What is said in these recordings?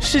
世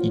你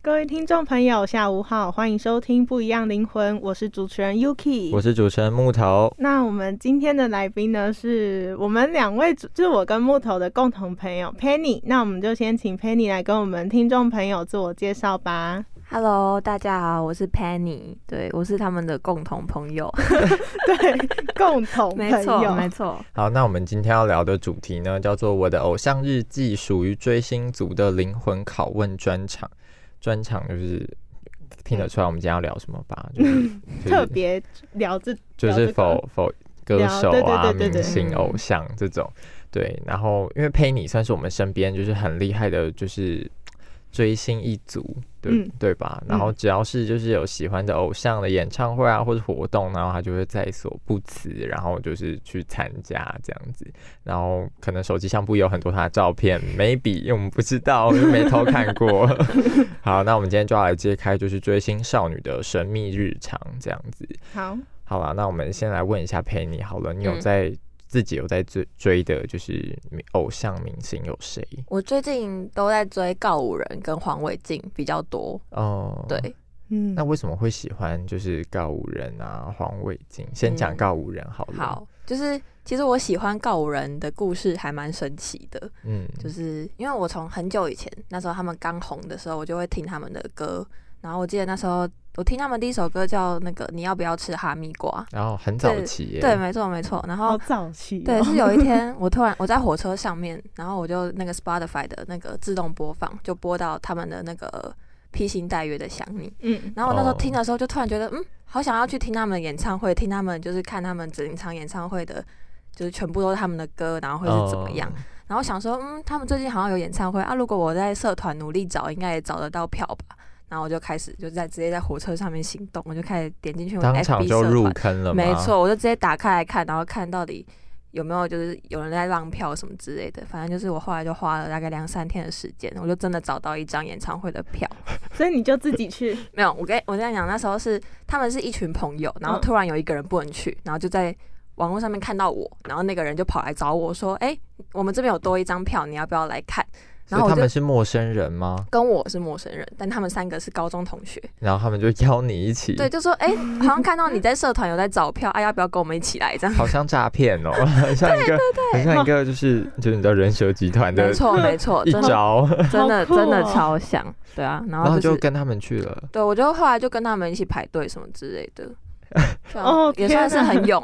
各位听众朋友，下午好，欢迎收听《不一样灵魂》，我是主持人 Yuki，我是主持人木头。那我们今天的来宾呢，是我们两位主，就是我跟木头的共同朋友 Penny。那我们就先请 Penny 来跟我们听众朋友自我介绍吧。 Hello，大家好，我是 Penny，对我是他们的共同 朋友，对，共同朋没友，错没错，好，那我们今天要聊的主题呢，叫做《我的偶像日记》，属于追星族的灵魂拷问专场。专场就是听得出来我们今天要聊什么吧？就是、就是特别聊这就聊这是个否否歌手聊啊、对对对对对明星、偶像这种。对，然后因为佩妮算是我们身边就是很厉害的，就是追星一族，对、嗯对吧？然后只要是就是有喜欢的偶像的演唱会啊或者活动，然后他就会在所不辞，然后就是去参加这样子。然后可能手机相簿有很多他的照片，maybe 因为我们不知道，因为没偷 看过。好，那我们今天就要来揭开就是追星少女的神秘日常这样子。好。好啦，那我们先来问一下佩妮好了，你有嗯在、自己有在追追的，就是嗯偶像明星有谁？我最近都在追告五人跟黄伟晋比较多，哦，对，，嗯那为什么会喜欢就是告五人啊、黄伟晋？先讲嗯告五人哦好了。好，，就是其实我喜欢告五人的故事还蛮神奇的，嗯，就是因为我从很久以前那时候他们刚红的时候，我就会听他们的歌，然后我记得那时候我听他们第一首歌叫那个你要不要吃哈密瓜，然后很早期耶，对，没错没错，然后好早期、哦，对，是有 一天我突然我在火车上面，然后我就那个 Spotify 的那个自动播放，就播到他们的那个披星戴月的想你。嗯，然后我那时候哦听的时候，就突然觉得，嗯，好想要去听他们的演唱会，听他们就是看他们整场演唱会的，就是全部都是他们的歌，然后会是怎么哦样。然后想说，嗯，他们最近好像有演唱会啊，如果我在社团努力找，应该也找得到票吧。然后我就开始就在直接在火车上面行动，我就开始点进去哦？我的当 FB 场就社入团坑了吗？没错，我就直接打开来看，然后看到底有没有就是有人在浪票什么之类的。反正就是我后来就花了大概两三天的时间，我就真的找到一张演唱会的票。 所以你就自己去，没有，我跟我跟你讲，那时候是他们是一群朋友，然后嗯突然有一个人不能去，然后就在。网络上面看到我，然后那个人就跑来找我说：“哎、我们这边有多一张票，你要不要来看所以然后我他就们是陌生人吗？”？跟我是陌生人，但他们三个是高中同学，然后他们就邀你一起，对，就说：“哎、好像看到你在社团有在找票，啊，要不要跟我们一起来？”这样好像诈骗 哦，很像一个，很像一个，就是就是你知道人蛇集团没的错，没错，一真的招， 真的、好酷哦真的超像，对啊，然然后后就是就跟他们去了。对我就后来就跟他们一起排队什么之类 的，对啊哦也算是天哪很勇。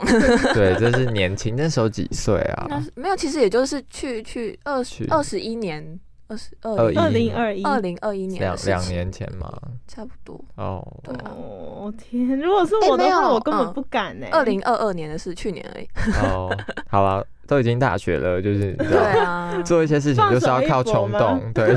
对，这是年轻那时候几岁 那啊？ 是没有，其实也就是去去二十去二十一年，二十二二一二零二一，二零二一年两的事情两年前嘛。差不多，哦，对啊，哦天，如果是我的哎没有话，我根本嗯不敢欸呢、二零二二年的事，去年而已。哦，好啦，都已经大学了，就是你知对道，啊，做一些事情就是要靠冲放手动，对，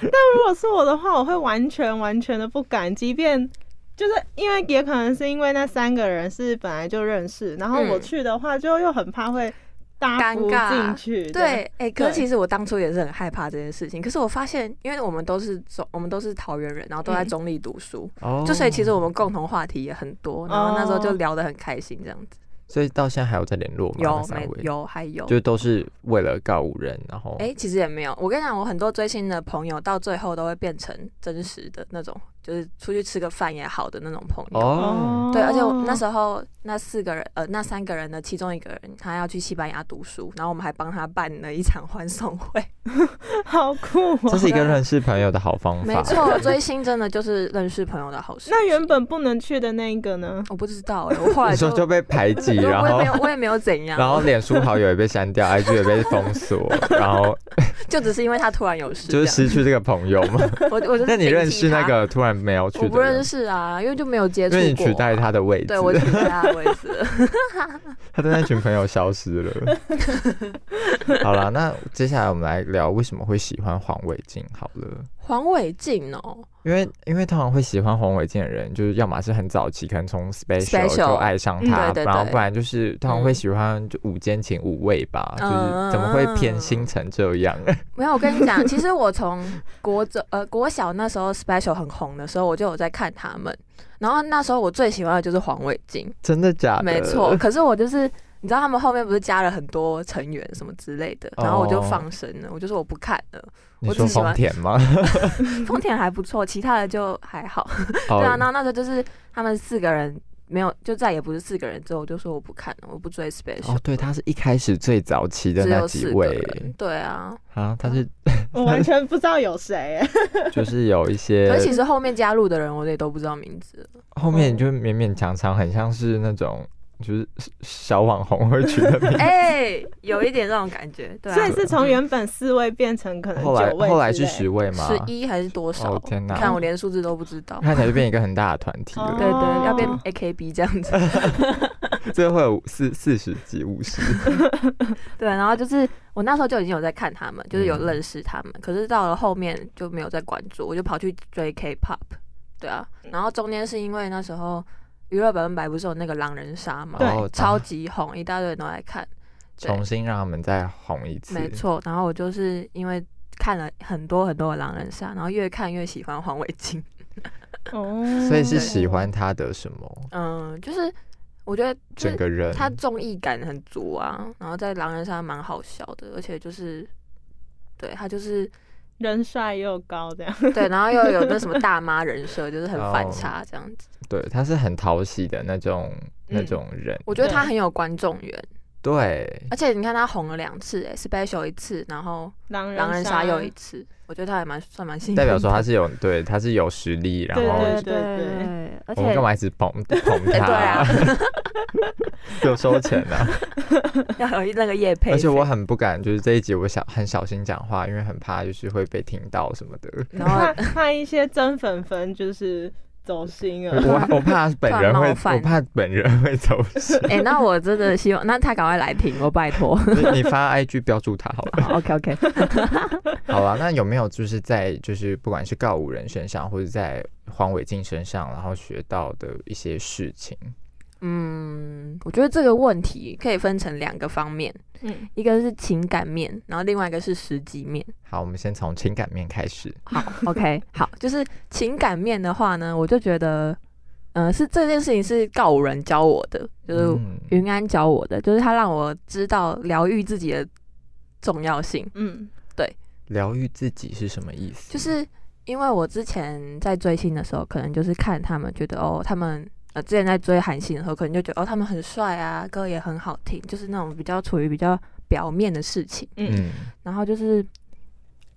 如果是我的话，我会完全完全的不敢，即便就是因为也可能是因为那三个人是本来就认识，然后我嗯去的话就又很怕会搭不尴尬进去。对，， 哎、可是对其实我当初也是很害怕这件事情，可是我发现，因为我们都是中，我们都是桃园人，然后都在嗯中立读书，哦就所以其实我们共同话题也很多，然后那时候就聊得很开心，这样子。所以到现在还有在联络吗？有那三没位，有还有？就都是为了告五人，然后哎、其实也没有。我跟你讲，我很多追星的朋友到最后都会变成真实的那种，就是出去吃个饭也好的那种朋友。哦，对，而且我那时候候那四个人，呃，那三个人的其中一个人，他要去西班牙读书，然后我们还帮他办了一场欢 送会。好酷哦。这是一个认识朋友的好方没法。错，追星真的就是认识朋友的好事。那原本不能去的那一个呢？我不知道哎、我后来你说就被排挤，我然我也没有后，我也没有怎样，然后脸书好友也被删 掉，IG 也被封锁，然后就只是因为他突然有事这就样，是失去这个朋友 嘛。我我就是那你顶替认识那他？个突然没有我去不的人认，识啊，因为就没有接因触过。啊为你取代他的位置对，，我取代他的位置。 他的那群朋友消失了。好了，那接下来我们来聊为什么会喜欢黄伟晋好了。 黄伟晋哦，因为因为通常会喜欢黄伟健的人，就是要么是很早期，可能从 special Special 就爱上他，嗯对对对然后不然就是通常会喜欢就午间情五味嗯吧，就是怎么会偏心成这 样？没有，我跟你讲，其实我从国中呃国小那时候 special 很红的时候，我就有在看他们。然后那时候我最喜欢的就是黄伟晋，真的假的？没错。，可是我就是你知道他们后面不是加了很多成员什么之类的，然后我就哦放生了，我就说我不看了。你我说只喜欢丰田吗？丰田还不错，其他的就还好。哦 对啊，然后那时候就是他们四个人没有，就再也不是四个人之后，我就说我不看了，我不追 special，、哦，对，他是一开始最早期的只那有几四个位人。对啊，啊，他是 我完全不知道有谁欸。就是有一些可是其实后面加入的人我也都不知道名 字。后嗯面就勉勉强强，很像是那种就是小网红会取的 名字。 哎、有一点这种感觉，对所啊以。是从原本四位变成可能后来九位，后来是十。位吗？十一还是多少？哦天哪你看我连数字都不知道。看起来就变一个很大的团体了。对哦对，要变 AKB 这样子。最后有四四十几五十， 对，然后就是我那时候就已经有在看他们，就是有认识他嗯们，可是到了后面就没有再关注，我就跑去追 K-pop，对啊，然后中间是因为那时候娱乐百分百不是有那个狼人杀嘛，对哦超级红，一大堆人都来看，对重新让他们再红一次，没错，然后我就是因为。看了很多很多的狼人杀，然后越看越喜欢黄伟晋。 哦，所以是喜欢他的什么嗯，就是我觉得就整是个人，他综艺感很足啊，然后在狼人杀蛮好笑的，而且就是对他就是人帅又高这样。对，然后又有那什么大妈人设，就是很反哦差这样子。对他是很讨喜的那种嗯那种人，我觉得他对很有观众缘，对，而且你看他红了两次、哎 s p e c i a l 一次，然后狼人狼人杀杀又一次，我觉得他还蛮算蛮幸运的。代表说他是有对他是有实力，然对后对对对，而我们且干嘛一直捧捧哎他？ 对啊， 有收钱啊！要有那个叶配，而且我很不敢，就是这一集我小很小心讲话，因为很怕就是会被听到什么的。然后 怕 怕一些真粉粉就是走心了。我我怕本人会，突然冒犯我怕本人会走 心。哎、那我真的希望，那他赶快来听，我拜托。你你发 IG 标注他好了。好，OK OK，好啦，那有没有就是在就是不管是告五人身上，或者在黄伟晋身上，然后学到的一些事情？ 嗯，我觉得这个问题可以分成两个方面，嗯，一个是情感面，然后另外一个是实际面。好，我们先从情感面开始。好，OK，好， 就是情感面的话呢，我就觉得，呃，是这件事情是告五人教我的，就是嗯云安教我的，就是他让我知道疗愈自己的重要性。嗯，疗愈自己是什么意思？就是因为我之前在追星的时候，可能就是看他们，觉得哦，他们呃之前在追韩星的时候，可能就觉得哦，他们很帅啊，歌也很好听，就是那种比较处于比较表面的事情。嗯，然后就是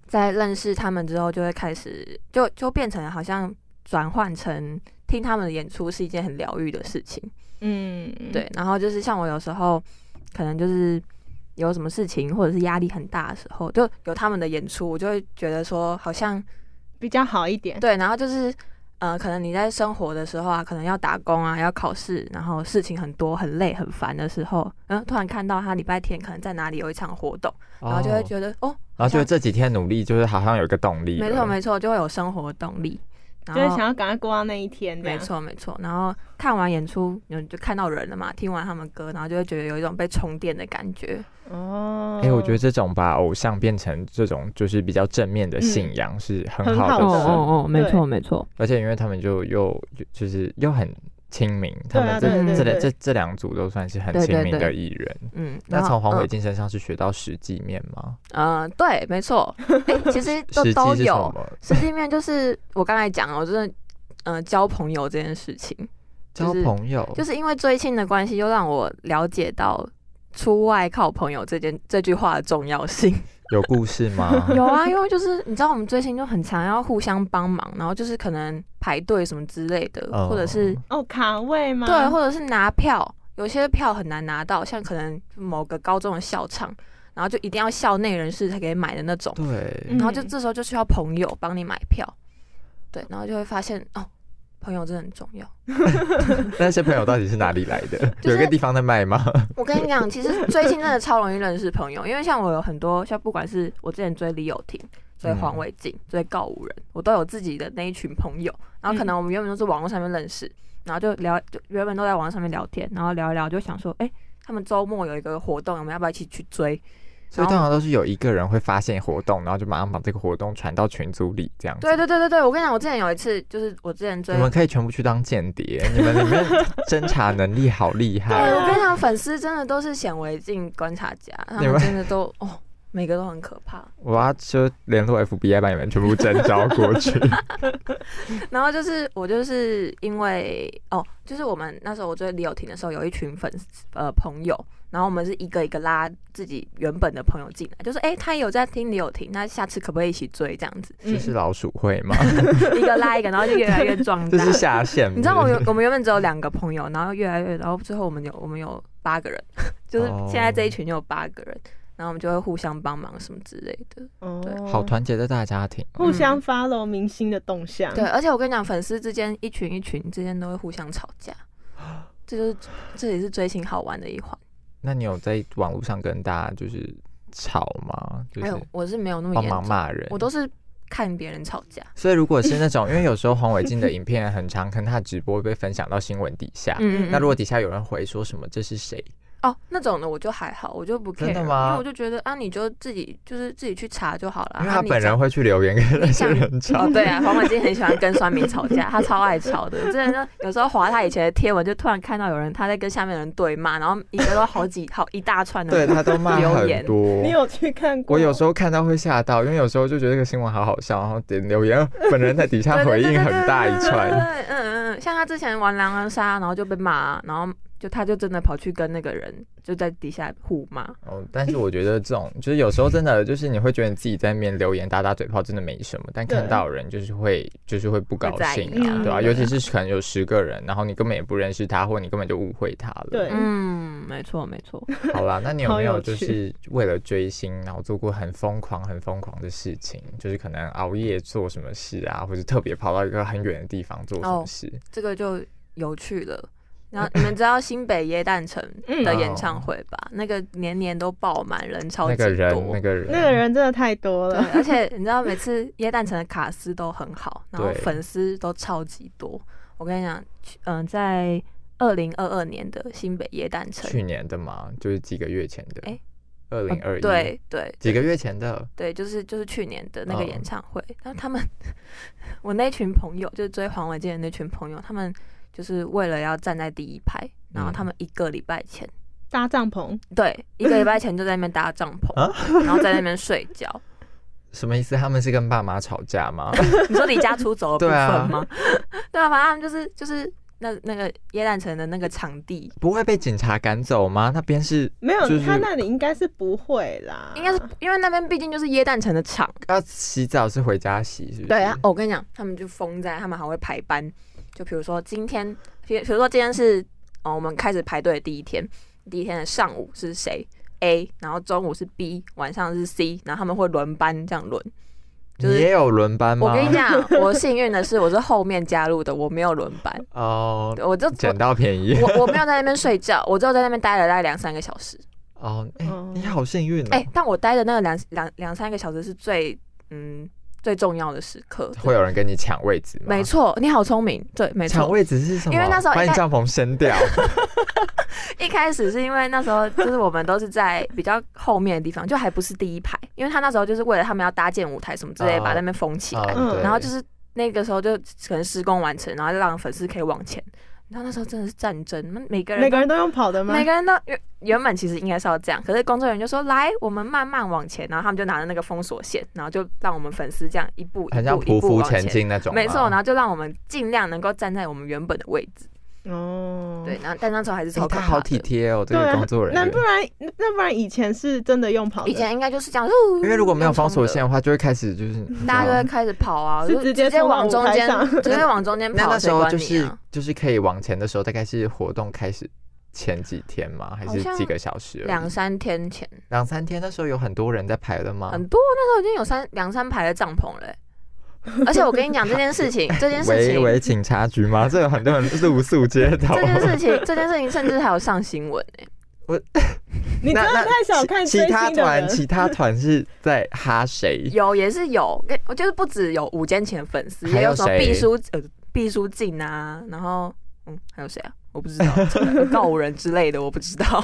在认识他们之后，就会开始就就变成好像转换成听他们的演出是一件很疗愈的事情。嗯，对，然后就是像我有时候可能就是有什么事情或者是压力很大的时候，就有他们的演出，我就会觉得说好像比较好一点。对，然后就是。呃，可能你在生活的时候啊，可能要打工啊，要考试，然后事情很多、很累、很烦的时候，嗯，突然看到他礼拜天可能在哪里有一场活动，然后就会得，觉得哦然后就这几天努力，就是好像有一个动力。没错没错，就会有生活动力。然就是后想要赶快过到那一天这没样。错没错，然后看完演出，你就看到人了嘛，听完他们歌，然后就会觉得有一种被充电的感觉。哦，哎、我觉得这种把偶像变成这种就是比较正面的信仰是很很好好的的事，哦哦哦，没错没错，而且因为他们就又就是又很亲民，他们这、对啊这对对两这对这两组都算是很对对亲民的对艺人。嗯，那然后从黄伟嗯晋身上是学到实际面吗？嗯，对，没错，哎，其实都实都际是什有。么？实际面就是我刚才讲了，我真的，嗯、交朋友这件事情，交就是朋友，就是因为追星的关系，又让我了解到出外靠朋友这件这句话的重要性。有故事吗？ 有啊，因为就是你知道我们追星就很常要互相帮忙，然后就是可能排队什么之类的，哦或者是哦卡位吗？对，或者是拿票，有些票很难拿到，像可能某个高中的校场，然后就一定要校内人士才可以买的那种。对，嗯，然后就这时候就需要朋友帮你买票，对，然后就会发现哦，朋友真的很重要。那些朋友到底是哪里来的？就是有一个地方在卖吗？我跟你讲， 其实追星真的超容易认识朋友，因为像我有很多，像不管是我之前追李友廷、追黄伟晋、追告五人，我都有自己的那一群朋友。然后可能我们原本都是网络上面认识，然后就聊，就原本都在网络上面聊天，然后聊一聊就想说，哎、他们周末有一个活动，我们要不要一起去追？所以通常都是有一个人会发现活动，然后就马上把这个活动传到群组里，这样子。对对对对对，我跟你讲，我之前有一次就是我之前追你们可以全部去当间谍， 你们里面侦查能力好厉对，害。我跟你讲，粉丝真的都是显微镜观察家，他你们们真的都哦，每个都很可怕。我要就联络 FBI 把你们全部征召过 去。嗯然后就是我就是因为哦，就是我们那时候我追李友廷的时候，有一群粉丝呃朋友，然后我们是一个一个拉自己原本的朋友进来，就说哎、他有在听李友廷，那下次可不可以一起追这样子这是老鼠会吗？一个拉一个，然后就越来越壮 这大是。下线。嗯你知道我们我们原本只有两个朋友，然后越来越，然后最后我们有我们有八个人， 就是哦现在这一群就有八个人，然后我们就会互相帮忙什么之类的。哦对好团结的大家庭。互相 follow 明星的动向。对，，而且我跟你讲，粉丝之间一群一群之间都会互相吵 架，这就是这也是追星好玩的一环。那你有在网络上跟大家就是吵吗？就哎是呦，我是没有那么帮严忙重，骂人？我都是看别人吵架。所以如果是那种，因为有时候黄伟晋的影片很长，可能他直播被分享到新闻底下。嗯啊那如果底下有人回说什么这是谁，哦那种的我就还好，我就不 care，真的因吗为我就觉得啊，你就自己就是自己去查就好了。因为啊他你本讲人会去留言跟那些你讲人吵哦，。对啊，黄伟晋很喜欢跟酸民吵架，他超爱吵的。真的，有时候划他以前的贴文，就突然看到有人他在跟下面的人对骂，然后一个都好几好一大串的对他都骂 留很言多。你有去看过？我有时候看到会吓到，因为有时候就觉得这个新闻好好笑，然后点留 言，本人在底下回应很大一对，串。对对嗯嗯，像他之前玩狼人杀，然后就被骂，然后就他就真的跑去跟那个人就在底下互骂。哦，但是我觉得这种就是有时候真的就是你会觉得你自己在面留言打打嘴炮真的没什么，但看对到人就是会就是会不高会在兴意啊，啊对吧、对尤其是可能有十个人，然后你根本也不认识他，或你根本就误会他了。对嗯，没错没错。好啦，那你有好没有有就趣是为了追星，然后做过很疯狂、很疯狂的事情？就是可能熬夜做什么事啊，或者特别跑到一个很远的地方做什么哦事？这个就有趣了。然后你们知道新北耶诞城嗯的演唱会吧？那个年年都爆满，人超级嗯那多。个人，那个人，那个人真的太多对了，，而且你知道每次耶诞城的卡司都很好，然后对粉丝都超级多。我跟你讲，去嗯、在二零二二年的新北耶诞城，去年的嘛，就是几个月前的诶，二呃零二一，对对几个月前的，对，就是就是去年的那个嗯演唱会。然后他们， 我那群朋友就是追黄伟健的那群朋友，他们就是为了要站在第一排，然后他嗯们一个礼拜前。搭帐篷。对，一个礼拜前就在那边搭帐篷，啊然后在那边睡觉。什么意思？他们是跟爸妈吵架吗？ 你说离家出走的对部啊分吗？ 对啊，反正他们就是就是那那个耶诞城的那个场地，不会被警察赶走吗？那边是没有，就是他那里应该是不会啦，应该是因为那边毕竟就是耶诞城的场。要啊洗澡是回家洗，是不是？对啊，哦我跟你讲，他们就疯在，他们还会排班。就比如说今天，比比如说今天是哦，我们开始排队的第一天，第一天的上午是谁 A，然后中午是 B，晚上是 C，然后他们会轮班这样轮。你就是也有轮班吗？我跟你讲， 我幸运的是我是后面加入的，我没有轮班。哦，对我就捡到便宜我我没有在那边睡觉，我只有在那边待了大概两三个小时。哦，哎哦你好幸运哦哎、。但我待的那个两两两三个小时是最嗯最重要的时刻。对会有人跟你抢位置吗？没，错，你好聪明，对，没抢错。位置是什么？因为那时候把应你该帐篷升 掉，一开始是因为那时候就是我们都是在比较后面的地方，就还不是第一排，因为他那时候就是为了他们要搭建舞台什么之类，哦把那边封起来。嗯对然后就是那个时候就可能施工完成，然后就让粉丝可以往前。然后那时候真的是战争，那每个人每都个人都用跑的吗？每个人都原原本其实应该是要这样，可是工作人员就说来，我们慢慢往前，然后他们就拿着那个封锁线，然后就让我们粉丝这样一步一很像步一匍步匐往前。进那种吗。啊没错，然后就让我们尽量能够站在我们原本的位置。哦，对，然后但那时候还是哎超他可怕的好体。贴哦，这对个啊工作人那不员。然那不然以前是真的用跑的，以前应该就是这样，因为如果没有封锁线用的话，就会开始就是冲的，大家就会会。开始跑啊，是就直接冲到往中间舞台，上直接往中 间那跑。那时候就谁管你是啊就是可以往前的时候，大概是活动开始前几天吗？还好是像几个小时而已？两三天前，两三天，那时候有很多人在排了吗？很多那时候已经有三两三排的帐篷 了欸。而且我跟你讲这件事情，这件事喂情喂，警察局吗？这有很多人露宿 街头。这件 事情，这件事情甚至还有上新闻哎、你真的那那太小看其追其他星的团，人。其他团是在哈谁？有也是有，跟我就是不止有五间前粉丝，还有也有什么谁毕书呃毕书尽啊，然后嗯还有谁啊？我不知道，告五人之类的我不知道。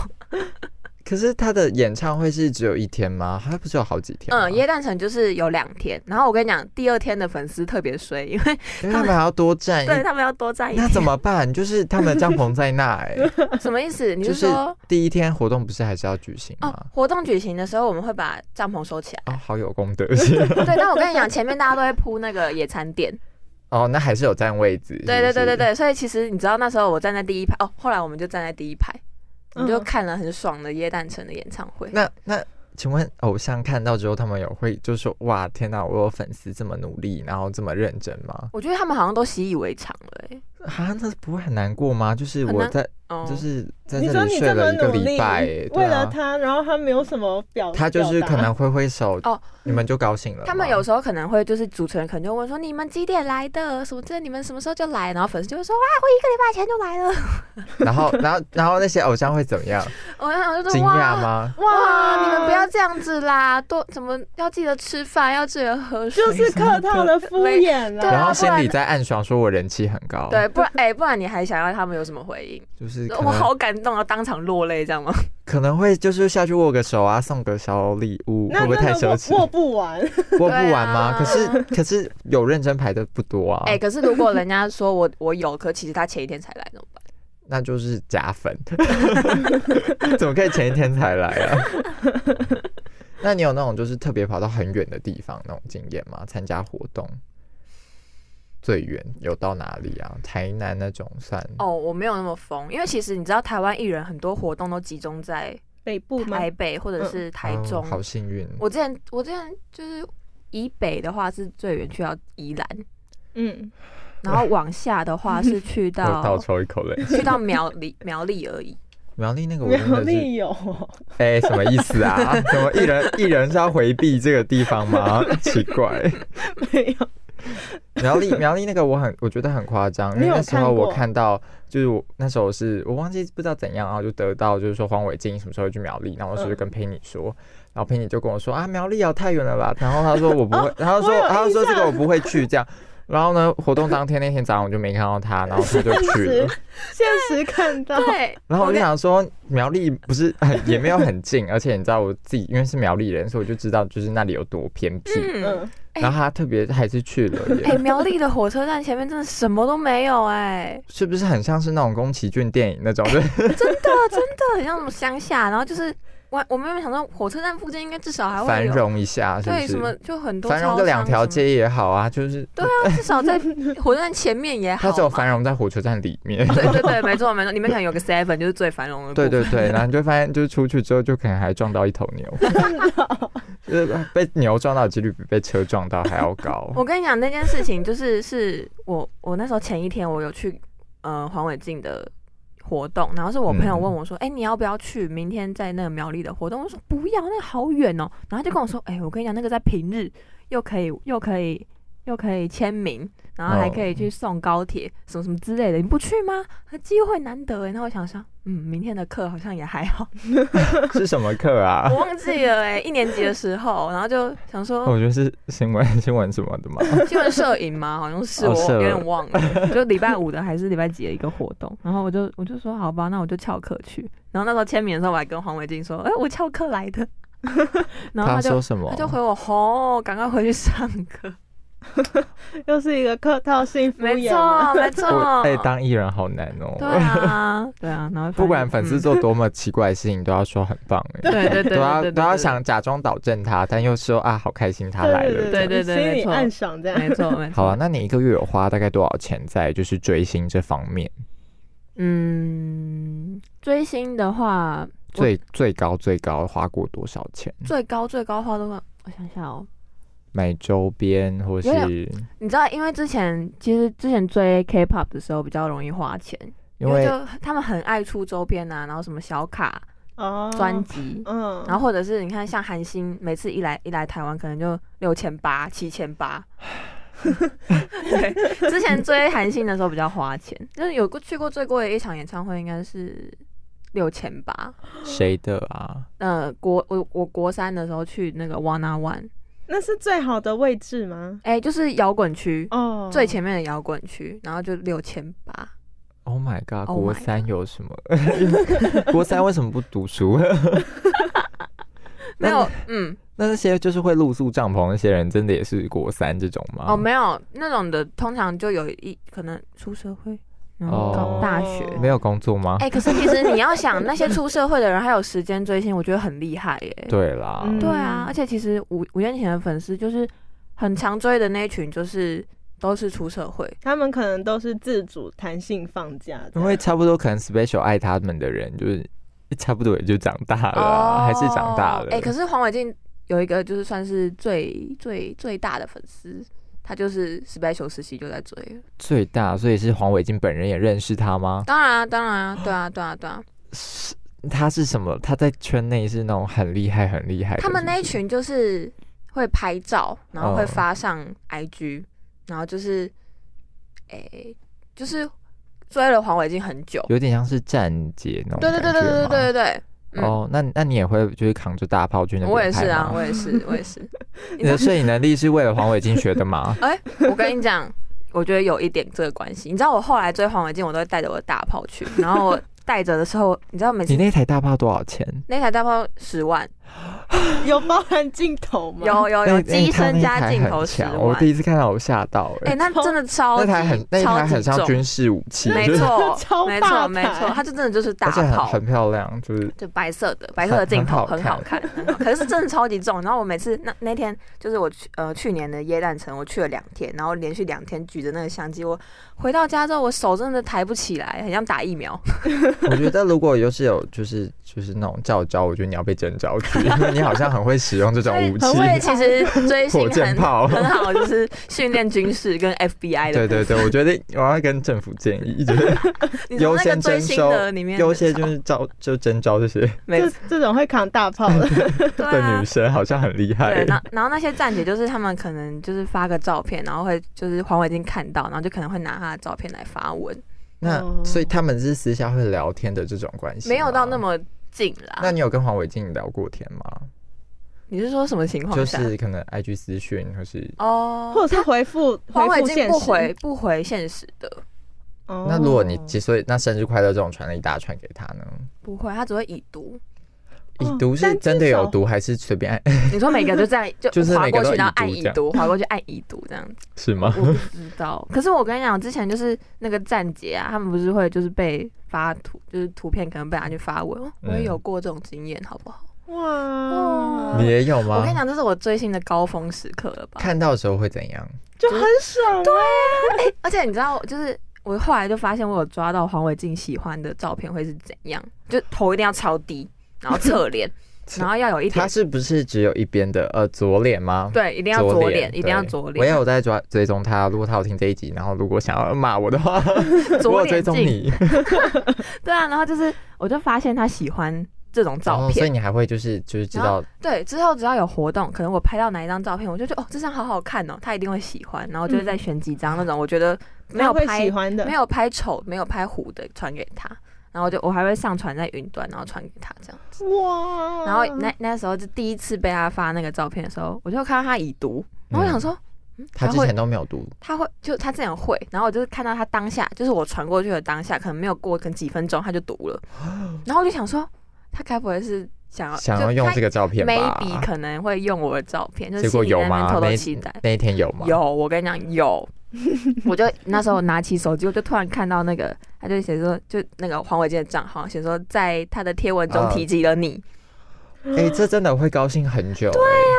可是他的演唱会是只有一天吗？他不是有好几天吗？嗯，耶诞城就是有两天，然后我跟你讲，第二天的粉丝特别衰，因为因为他们还要多站一对他们要多站一哎那天。怎么办？就是他们的帐篷在那 哎、什么意思？你就是啊是说第一天活动不是还是要举行吗哦？，活动举行的时候我们会把帐篷收起来。哦哦，好有功德心对，但我跟你 讲，前面大家都会铺那个野餐垫，哦，那还是有占位置。对是不对对是对，对，所以其实你知道那时候我站在第一排哦，后来我们就站在第一排，嗯我们就看了很爽的耶诞城的演唱会。那那。请问偶像看到之后，他们有会就说哇天哪，我有粉丝这么努力，然后这么认真吗？我觉得他们好像都习以为常了、欸，啊，那不会很难过吗？就是很我难在哦，就是在你这说里你睡这么了一个努礼力拜、欸，对为了啊他，然后他没有什么表，他就是表达可能挥挥手哦，你们就高兴了吗。他们有时候可能会就是主持人可能就问说你们几点来的，什么之类，你们什么时候就来，然后粉丝就会说哇，我一个礼拜前就来了，然后然后然后那些偶像会怎么样？我然后我就惊说讶 哇。吗？哇！哇，你们不要这样子啦，多怎么要记得吃饭，要记得喝水。就是客套的 敷衍对啦。啊然后心不里然在暗爽，说我人气很高。对，，不然哎、不然你还想要他们有什么回应？就是哦可我能好感动啊，当场落泪，这样吗？可能会就是下去握个手啊，送个小礼物，会那不会太真奢的侈？握握不完，握 不完吗？可对啊是可是有认真排的不多啊哎、，可是如果人家说我 我有，可其实他前一天才来怎么办？那就是假粉， 怎么可以前一天才来 啊？那你有那种就是特别跑到很远的地方那种经验吗？参加活动最远有到哪里啊？台南那种算哦，我没有那么疯，因为其实你知道台湾艺人很多活动都集中在北部吗？台北或者是台中。哦好幸运。我之前我之前就是以北的话是最远去到宜兰，嗯，然后往下的话是去 我倒到抽一口泪。去到苗栗苗栗而已。苗栗那个我真苗的是栗有哎、什么意思啊？ 怎么艺人艺人是要回避这个地方吗？奇怪，没有？苗栗 苗栗那个我很我觉得很夸张，因你为有那时候看过我看到就是我那时候是我忘记不知道怎样，然后就得到就是说黄伟晋什么时候会去苗栗，然后我那时候就跟佩妮说，然后佩妮就跟我说啊苗栗啊太远了吧，然后他说我不会，他就哦我说有他就说印这象个我不会去这样。然后呢，活动当天那天早上我就没看到他，然后他就去 了是。现实看到，对，然后我就跟想说，苗栗不是很也没有很近，而且你知道我自己因为是苗栗人，所以我就知道就是那里有多偏僻。嗯，嗯，哎然后他特别还是去了耶， 哎、苗栗的火车站前面真的什么都没有 哎、是不是很像是那种宫崎骏电影那种？对， 这很像什么乡下，然后就是我我原本想说火车站附近应该至少还繁会有荣一下，是对什不么是？就很多繁荣超这两商条什么街也好啊，就是对啊，至少在火车站前面 也好它嘛。只有繁荣在火车站里 面。对对对，没错没错，里面可能有个 seven 就是最繁荣的。对对，对，然后你就发现，就是出去之后，就可能还撞到一头 牛，就是被牛撞到的几率比被车撞到还要 高。我跟你讲那件事情，就是 是我我那时候前一天我有去呃黄伟晋的活动，然后是我朋友问我说，哎、你要不要去明天在那个苗栗的活动？我说不要，那个好远哦。然后他就跟我说，哎、我跟你讲那个在平日又可以又可以。又可以签名，然后还可以去送高铁、什么什么之类的，你不去吗？呃机会难得哎。那我想说，嗯，明天的课好像也还好，是什么课啊哦我？忘记了哎，一年级的时候，然后就想说我觉得是新闻新闻什么的嘛。新闻摄影吗？好像是哦我摄有影点忘了， 就礼拜五的还是礼拜几的一个活动，然后我就我就说好吧，那我就翘课去。然后那时候签名的时候，我还跟黄伟静说，哎、我翘课来的。 然后他他就说什么？他就回我，吼，赶快回去上课。又是一个客套 性敷没衍了。错，没我错，哎，当艺人好难哦。啊对啊，对啊，然后不管粉丝做，做多么奇怪的事情，都要说很棒哎。对对对对 都要对，都要想假装导正他，但又说啊，好开心他来了。对对心对没里错暗爽这样。没错没 错。好啊，，那你一个月有花大概多少钱在就是追星这方面？嗯，追星的话，我最最高最高花过多少钱？最高最高花多少？我想一下哦，买周边或是有你知道，因为之前其实之前追 K-pop 的时候比较容易花钱，因为就他们很爱出周边啊，然后什么小卡、哦，专辑，嗯，然后或者是你看像韩星，每次一来一来台湾，可能就六千八、七千 八。对，之前追韩星的时候比较花钱，就是有过去过最贵的一场演唱会应该是六千八。谁的啊？呃，国我我国三的时候去那个 One on One，那是最好的位置吗？哎、就是摇滚区、哦，最前面的摇滚区，然后就六千八。 Oh my god！ Oh 国 my 三有什么？ 国三为什么不读书？ 没那有， 嗯，那那些就是会露宿帐篷那些人，真的也是国三这种吗？哦，没有那种的，通常就有一可能出社会，然后哦搞大学。没有工作吗？哎、可是其实你要想，那些出社会的人还有时间追星，我觉得很厉害耶、对啦，嗯对啊，而且其实五五年前的粉丝就是很常追的那一群，就是都是出社会。他们可能都是自主弹性放假的，因为差不多可能 special 爱他们的人，就是差不多也就长大了啊、还是长大了。哦哎、可是黄伟晋有一个就是算是最最最大的粉丝，他就是 special 时期就在追了。最大，所以是黄伟晋本人也认识他吗？当然啊，当然啊，对啊，对啊，对啊。是，他是什么？他在圈内是那种很厉害、很厉害的。他们那是一不是群就是会拍照，然后会哦发上 IG，、然后就是，诶、就是追了黄伟晋很久。有点像是站姐那种对感觉对对对对吗对对对嗯哦，那那你也会就是扛着大炮去那对，边我也拍是啊吗，我也是，我也是。你的摄影能力是为了黄伟晋学的 ？吗哎、我跟你讲，我觉得有一点这个关系。你知道我后来追黄伟晋，我都会带着我的大炮去，然后我带着的时候，你知道每次你那台大炮多少钱？那台大炮十万，有包含镜头吗？，有有那哦有，那机他身那加台镜很头十强我万。第一次看到我吓到哎、哎、那真的超那级台很那超台级很像重军事武器，没就是错 超没大错，台没错，它就真的就是大而且很炮，很漂亮，就是就白色的，白色的镜头很很好好看，很好看可 是真的超级重。然后我每次那那天就是我去呃去年的耶诞城，我去了两天，然后连续两天举着那个相机，我回到家之后我手真的抬不起来，很像打疫苗。我觉得如果有是有就是就是那种教招，我觉得你要被征召去，因为你好像很会使 用这种武器，所以其实追星火箭很炮。很好，就是训练军事跟 FBI 对的部对分。对，我觉得我要跟政府建议， 就是你从那优个先追征星收的里面优先就很是少招就征招这些没这这种会扛大炮的， 对啊的女生，好像很厉害对，。然然后那些站姐就是他们可能就是发个照片，然后会就是黄伟晋看到，然后就可能会拿他的照片来发文，那所以他们是私下会聊天的这种关系，嗯没有到那。么近啊那啦。你有跟黄伟晋聊过天吗？你是说什么情况就下？是可能 IG 私讯，或是哦，或者是回复 黄回伟复晋现不实。回不回现实的，哦那如果你所以那生日快乐这种传了一大串给他呢？不会，他只会已读。已哦读但是至真的有少毒，还是随便按？你说每个就这样就 就是划每个过都去，然后已读按已这样读，划过去按已读这样子。 是我吗？不知道，可是我跟你讲，之前就是那个站姐啊，他们不是会就是被发图，就是图片可能被拿去发文，哦我也嗯有过这种经验，好不好？哇，你也有我吗跟你？讲，这是我追星的高峰时刻了吧？看到的时候会怎样？，就很爽啊，对而且你知道，就是我后来就发现，我有抓到黄伟晋喜欢的照片会是怎样，就头一定要超低，然后侧脸 然后要有一他点，是不是只有一边的呃左脸吗？对，一定要左脸，一定要对左我也脸，有在抓追踪他，如果他有听这一集，然后如果想要骂我的话，我左有追 脸踪镜，你，对啊，然后就是我就发现他喜欢这种 照哦所以片。你还会就是就是知道对，之后只要有活动，可能我拍到哪一张照片，我就觉得哦，这张好好看哦，他一定会喜欢，然后就嗯会再选几张那种我觉得没有他会拍喜欢的没，有拍丑、没有拍糊的传给他，然后就我还会上传在云端，然后传给他这样。哇，然后那那时候就第一次被他发那个照片的时候，我就看到他已读，然后我想说，嗯他之会前都没有读，他会就他这样会，然后我就是看到他当下，就是我传过去的当下，可能没有过可能几分钟他就读 了，然后我就想说，他该不会是想要想要用这个个照片吧？呃 ，maybe 可能会用我的照片，就是结果心里有在那边吗？偷那偷一期待。那一天有吗？有，我跟你讲 有，我就那时候拿起手机，我就突然看到那个，他就写说，就那个黄伟健的账号写说，在他的贴文中啊提及了你，哎、这真的会高兴很久、哎对啊呀、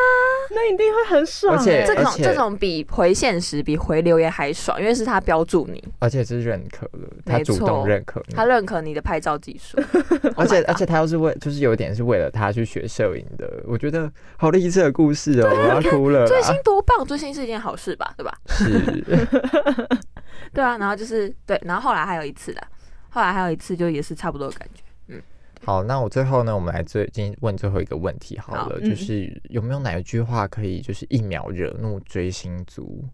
那一定会很爽而且欸，这而种且这种比回现实比回留言还爽，因为是他标注你，而且是认可了，他没主动错认可你，他认可你的拍照 技术，啊而 Oh my 且 God 而且他又是为，就是有一点是为了他去学摄影的，我觉得好励志的故事哦，我啊要哭了啦。追星多棒，追星是一件好事吧，对吧？是对啊，然后就是对，然后后来还有一次的，后来还有一次就也是差不多的感觉，好，那我最后呢，我们来最近问最后一个问题好了，好嗯就是有没有哪一句话可以就是一秒惹怒追星族？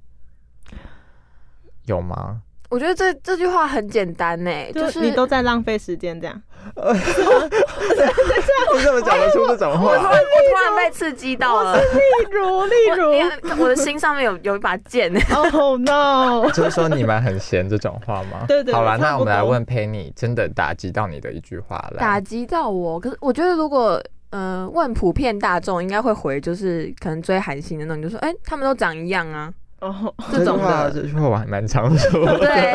有 吗？我觉得这这句话很简单呢、就就是你都在浪费时间 这样，你怎么讲得出这种我突然话？我突然被刺激到了。例如例我如连我的心上面有有一把剑， ，Oh no， 就是说你们很闲这种话吗？对对好啦，差那不我们来多问 Penny，真的打击到你的一句话来。打击到我。可是我觉得，如果嗯、呃问普遍大众，应该会回就是可能追韩星的那种，就说哎、他们都长一样啊，哦，这种话，的。这句话我还蛮常说 的。对对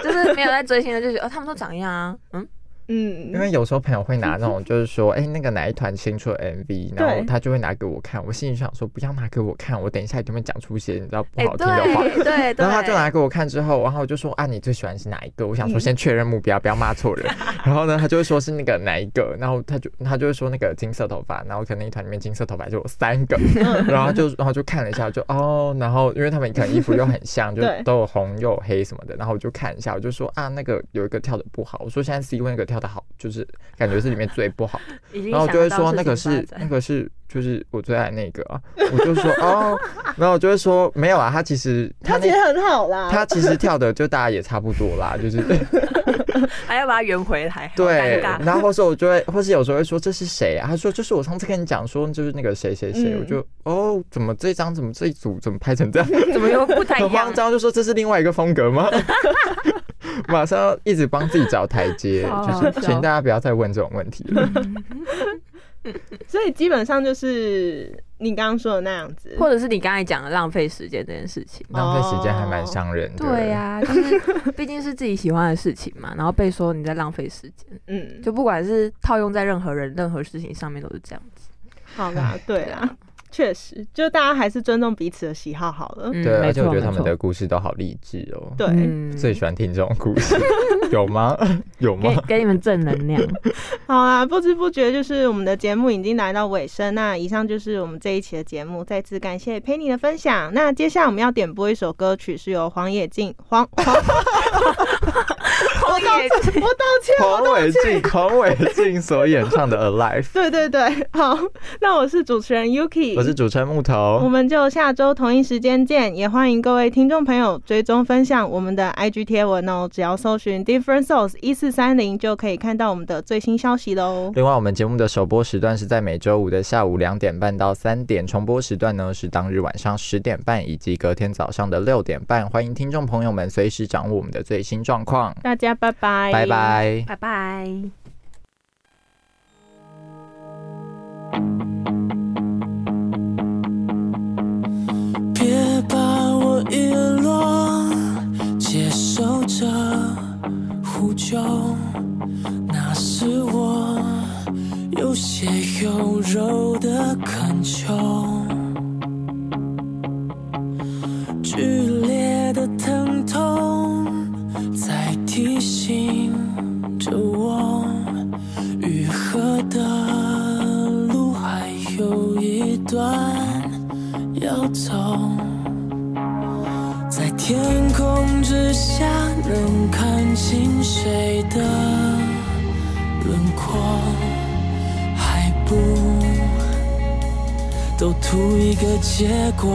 对，就是没有在追星的，就觉得哦他们都长一样啊，嗯，嗯因，为有时候朋友会拿那种，就是说，哎、那个哪一团新出的 MV，然后他就会拿给我看，我心里想说，不要拿给我看，我等一下一定会讲出一些你知道不哎、好听的话。对对对，然后他就拿给我看之后，然后我就说啊，你最喜欢是哪一个？我想说嗯先确认目标，不要骂错人。然后呢，他就会说是那个哪一个，然后他就他就会说那个金色头发，然后可能一团里面金色头发就有三个，然后他就然后就看了一下，就哦，然后因为他们可能衣服又很像，就对都有红又有黑什么的，然后我就看一下，我就说啊，那个有一个跳的不好，我说现在 C 位那个跳的好，就是感觉是里面最不好，已经然后我就会说那个想得是到事情发那展个是就是我最爱那个啊，我就说哦， 然后我就会说没有啊，他其实他那其实很好啦，他其实跳的就大家也差不多 啦，就是还哎要把它圆回来，好对尴。尬然后或是我就会，或是有时候会说这是谁啊？他说就是我上次跟你讲说就是那个谁谁谁，嗯我就哦，怎么这张怎么这一组怎么拍成这样，怎么又不太很一样慌？张，就说这是另外一个风格 吗？马上要一直帮自己找台阶，好就好哦是笑请大家不要再问这种问题了。所以基本上就是你刚刚说的那样子，或者是你刚才讲的浪费时间这件事情。浪费时间还蛮伤人的。对呀、就是毕竟是自己喜欢的事情嘛，然后被说你在浪费时间，嗯，就不管是套用在任何人、任何事情上面都是这样子。好啦，对啦，确实，就大家还是尊重彼此的喜好好了，嗯对，而没且我错，觉得没他们错的故事都好励志哦。对，嗯最喜欢听这种故事， 有吗？有吗给？给你们正能 量。好啦，不知不觉就是我们的节目已经来到尾声，那以上就是我们这一期的节目，再次感谢 Penny 的分享。那接下来我们要点播一首歌曲，是由黄野静黄黄，我也我道歉，我黄道伟歉晋，。黄伟晋所演唱的《Alive》，对对对，好，那我是主持人 Yuki，我是主持人木我头，们就下周同一时间见，也欢迎各位听众朋友追踪分享我们的 IG 贴文哦，只要搜寻 Different Souls 一四三零就可以看到我们的最新消息喽。另外，我们节目的首播时段是在每周五的下午两点半到三点，重播时段呢是当日晚上十点半以及隔天早上的六点半。欢迎听众朋友们随时掌握我们的最新状况。大家拜拜，拜。拜。拜拜。别把我遗落，接受着呼救，那是我有血有肉的恳求。剧烈的疼痛在提醒着我，愈合的路还有一段。要走，在天空之下能看清谁的轮廓，步，都图一个结果。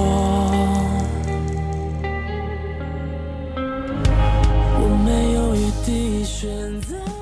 我没有余地选择。